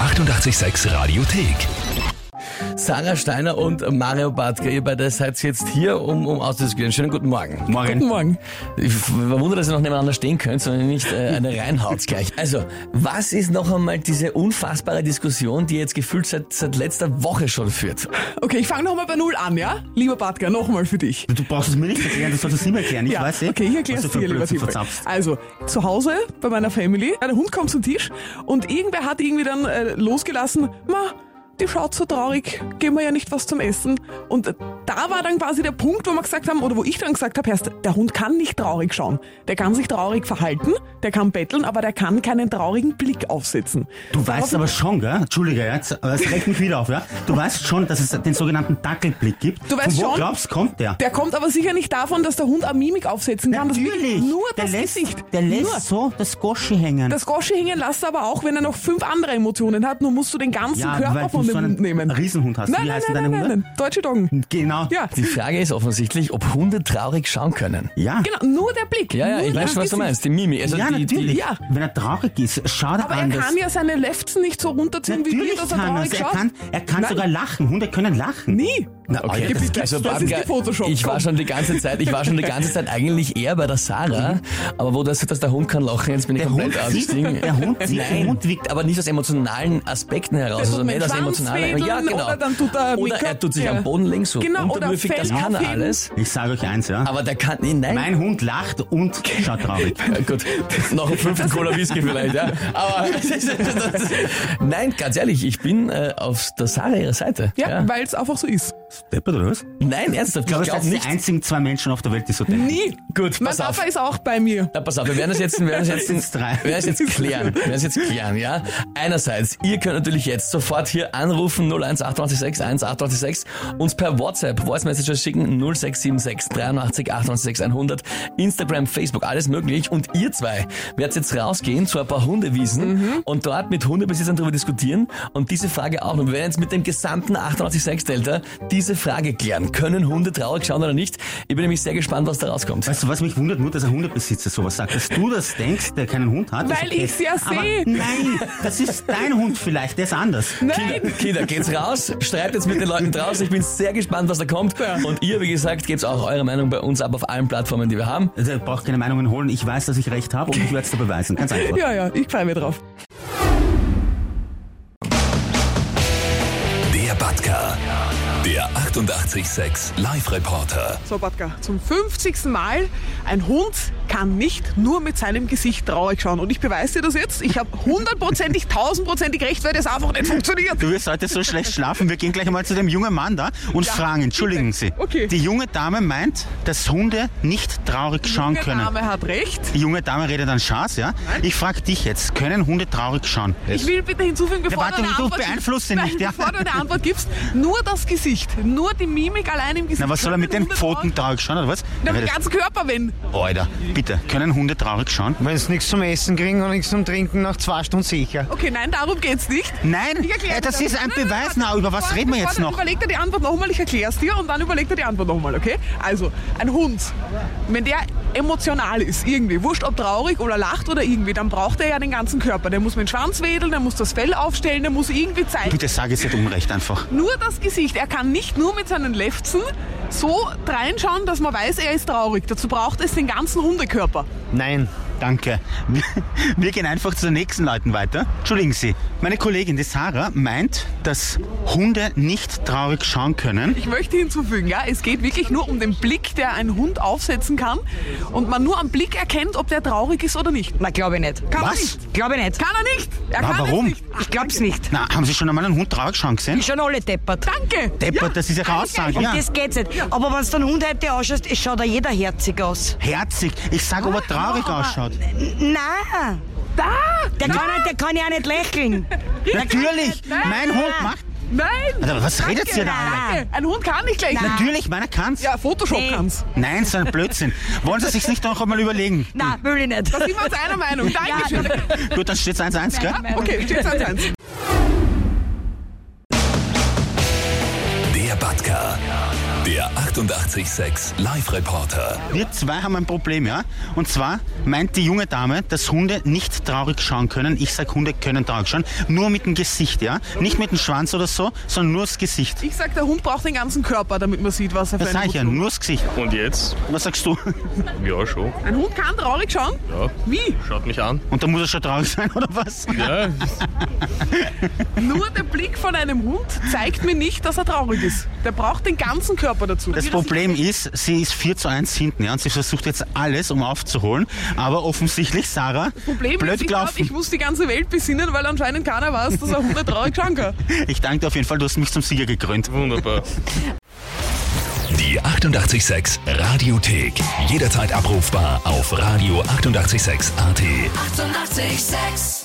886 Radiothek. Sarah Steiner und Mario Bartke, ihr beide seid jetzt hier, um, um auszudiskutieren. Schönen guten Morgen. Guten Morgen. Ich verwundere, dass ihr noch nebeneinander stehen könnt, sondern nicht äh, eine reinhaut gleich. Also, was ist noch einmal diese unfassbare Diskussion, die ihr jetzt gefühlt seit, seit letzter Woche schon führt? Okay, ich fange nochmal bei Null an, ja? Lieber Bartger, nochmal für dich. Du brauchst es mir nicht erklären, du sollst es nicht mehr erklären. Ich ja, weiß eh, okay, ich erkläre was du es dir, für lieber Blödsinn Tippel. verzapfst. Also, zu Hause bei meiner Family, ein Hund kommt zum Tisch und irgendwer hat irgendwie dann äh, losgelassen, ma, die schaut so traurig, geben wir ja nicht was zum Essen. Und äh, da war dann quasi der Punkt, wo wir gesagt haben, oder wo ich dann gesagt habe, erst, der Hund kann nicht traurig schauen. Der kann sich traurig verhalten, der kann betteln, aber der kann keinen traurigen Blick aufsetzen. Du weißt aber schon, gell? Entschuldige, ja, jetzt- aber es regt mich wieder auf, ja? Du weißt schon, dass es den sogenannten Dackelblick gibt. Du weißt Von wo schon- glaubst kommt der? Der kommt aber sicher nicht davon, dass der Hund eine Mimik aufsetzen kann. Das Natürlich. liegt nur der das lässt, Gesicht. Der lässt nur. so das Goschi hängen. Das Gosche hängen lässt er aber auch, wenn er noch fünf andere Emotionen hat. Nur musst du den ganzen ja, weil Körper du von dem so einen Hund nehmen. Riesenhund hast. nein, Wie nein, heißen nein, deine nein, Hunde? nein, nein. Deutsche Doggen. Genau. Ja. Die Frage ist offensichtlich, ob Hunde traurig schauen können. Ja. Genau, nur der Blick. Ja, ja, nur ich weiß das schon, was du Gesicht. meinst. Die Mimi. Also Ja, die, natürlich. die, ja. Wenn er traurig ist, schau dir Aber an. er das- kann ja seine Lefzen nicht so runterziehen, wie wir, Natürlich dass er kann traurig das. Er schaut. kann, er kann Nein. sogar lachen. Hunde können lachen. Nie. Na, Okay, Alter, das gibt's- also das ist Babka, die Photoshop, Ich war komm. schon die ganze Zeit, ich war schon die ganze Zeit eigentlich eher bei der Sarah, aber wo das, dass der Hund kann lachen, jetzt bin ich Der komplett Hund ausgestiegen. sieht- der Hund sieht- der Nein, Hund wiegt- aber nicht aus emotionalen Aspekten heraus, Der tut sondern mir nicht aus den Schwanz emotionalen. wedeln Ja, genau. oder dann tut er mit Oder er Kopf- tut sich ja. am Boden links hoch. Genau, oder unterwürfig, das Fell kann er aufheben. alles. Ich sage euch eins, ja. Aber der kann, nein. mein Hund lacht und schaut traurig. Ja, gut, noch einen fünften Cola Whisky vielleicht, ja. Aber das, nein, ganz ehrlich, ich bin äh, auf der Sarah ihrer Seite. Ja, weil es einfach so ist. Deppert oder was? Nein, ernsthaft, Ich glaube, ich glaube das sind nicht. die einzigen zwei Menschen auf der Welt, die so denken. Nie. Gut, Mein pass Papa auf. ist auch bei mir. Na, pass auf, wir werden es jetzt, wir werden es jetzt, Sind's drei? wir werden es jetzt klären. Wir werden es jetzt klären, ja. Einerseits, ihr könnt natürlich jetzt sofort hier anrufen 01886 1886 uns per WhatsApp Voice Messages schicken 0676 83 88 100, Instagram, Facebook, alles möglich. Und ihr zwei werdet jetzt rausgehen zu ein paar Hundewiesen und dort mit Hundebesitzern darüber diskutieren und diese Frage auch. Und wir werden jetzt mit dem gesamten 886 Delta diese Frage klären. Können Hunde traurig schauen oder nicht? Ich bin nämlich sehr gespannt, was da rauskommt. Weißt du, was mich wundert? Nur, dass ein Hundebesitzer sowas sagt. Dass du das denkst, der keinen Hund hat. Weil ich's ja Aber seh. Nein, das ist dein Hund vielleicht, der ist anders. Kinder, Nein. Kinder, geht's raus, streitet jetzt mit den Leuten draußen. Ich bin sehr gespannt, was da kommt. Und ihr, wie gesagt, gebt auch eure Meinung bei uns ab auf allen Plattformen, die wir haben. Also, ihr braucht keine Meinungen holen. Ich weiß, dass ich recht habe und ich werde es dir beweisen. Ganz einfach. Ja, ja, ich freue mich drauf. Der Batka. Der 886 Live-Reporter. So, Batka, zum 50. Mal, ein Hund kann nicht nur mit seinem Gesicht traurig schauen. Und ich beweise dir das jetzt. Ich habe hundertprozentig, tausendprozentig recht, weil das einfach nicht funktioniert. Du wirst heute so schlecht schlafen. Wir gehen gleich einmal zu dem jungen Mann da und Ja, fragen. Entschuldigen Sie. bitte. Okay. Die junge Dame meint, dass Hunde nicht traurig schauen Der können. Name hat recht. Die junge Dame redet an Schaß, ja? Ich frage dich jetzt, können Hunde traurig schauen? Ich will bitte hinzufügen, bevor warte, du eine du Antwort beeinflusst sie gibst, nicht, Nein, ja. bevor du eine Antwort gibst, nur das Gesicht, nur die Mimik allein im Gesicht. Na, was soll er mit den Hunde Pfoten traurig schauen, oder was? Na, Er mit dem redet- ganzen Körper, wenn. Alter, bitte, können Hunde traurig schauen? Wenn sie nichts zum Essen kriegen und nichts zum Trinken, nach zwei Stunden sicher. Okay, nein, darum geht's nicht. Nein, Ich erklär äh, dir das ist ein Nein, nein, Beweis. warte. Na, über was Bevor- reden wir bevor jetzt du- noch? Überleg dir die Antwort nochmal, ich erkläre es dir und dann überleg dir die Antwort nochmal, okay? Also, ein Hund, wenn der emotional ist, irgendwie, wurscht ob traurig oder lacht oder irgendwie, dann braucht er ja den ganzen Körper. Der muss mit dem Schwanz wedeln, der muss das Fell aufstellen, der muss irgendwie zeigen. Bitte sag es nicht unrecht einfach. Nur das Gesicht, er kann nicht nur mit seinen Lefzen so reinschauen, dass man weiß, er ist traurig. Dazu braucht es den ganzen Hundekörper. Nein. Danke. Wir, wir gehen einfach zu den nächsten Leuten weiter. Entschuldigen Sie, meine Kollegin, die Sarah, meint, dass Hunde nicht traurig schauen können. Ich möchte hinzufügen, ja, es geht wirklich nur um den Blick, der ein Hund aufsetzen kann und man nur am Blick erkennt, ob der traurig ist oder nicht. Na, glaube ich nicht. Kann Was? er nicht. Glaube ich nicht. Kann er nicht. Er Na, kann warum? Es nicht. Ah, Ich glaub's nicht. Na, haben Sie schon einmal einen Hund traurig schauen gesehen? Schon alle deppert. Danke. Deppert, das ist ja eine Aussage. Und Ja. das geht's nicht. Aber wenn du den Hund heute ausschaust, es schaut ja jeder herzig aus. Herzig. Ich sag, ob er traurig ausschaut. Nein. Da. Der kann, ja- der kann ja auch nicht lächeln. Natürlich. Mein Hund macht... Nein. Also, was redet Danke, ihr da? alle? Danke. Ein Hund kann nicht gleich. Natürlich, meiner kann's. Ja, Photoshop Nee. kann's. Nein, so ein Blödsinn. Wollen Sie sich nicht noch einmal überlegen? Nein, will ich nicht. Da sind wir uns einer Meinung. Dankeschön. Gut, dann steht's 1-1, gell? Okay, steht's 1-1. Der Batka. Der 886 Live Reporter. Wir zwei haben ein Problem, ja? Und zwar meint die junge Dame, dass Hunde nicht traurig schauen können. Ich sag, Hunde können traurig schauen. Nur mit dem Gesicht, ja? Nicht mit dem Schwanz oder so, sondern nur das Gesicht. Ich sag, der Hund braucht den ganzen Körper, damit man sieht, was er für Das sag einen ich ja, Hund nur das Gesicht. Und jetzt? Was sagst du? Ja, schon. hat. Ein Hund kann traurig schauen? Ja. Wie? Schaut mich an. Und da muss er schon traurig sein, oder was? Ja, Nur der Blick von einem Hund zeigt mir nicht, dass er traurig ist. Der braucht den ganzen Körper dazu. Das Problem ist, sie ist 4 zu 1 hinten, ja? Und sie versucht jetzt alles, um aufzuholen. Aber offensichtlich, Sarah, Problem ist, blöd ich, glaub, ich gelaufen. muss die ganze Welt besinnen, weil anscheinend keiner weiß, dass er Hunde traurig schauen kann. Ich danke dir auf jeden Fall, du hast mich zum Sieger gekrönt. wunderbar. Die 886 Radiothek. Jederzeit abrufbar auf radio886.at. 886! 886. 886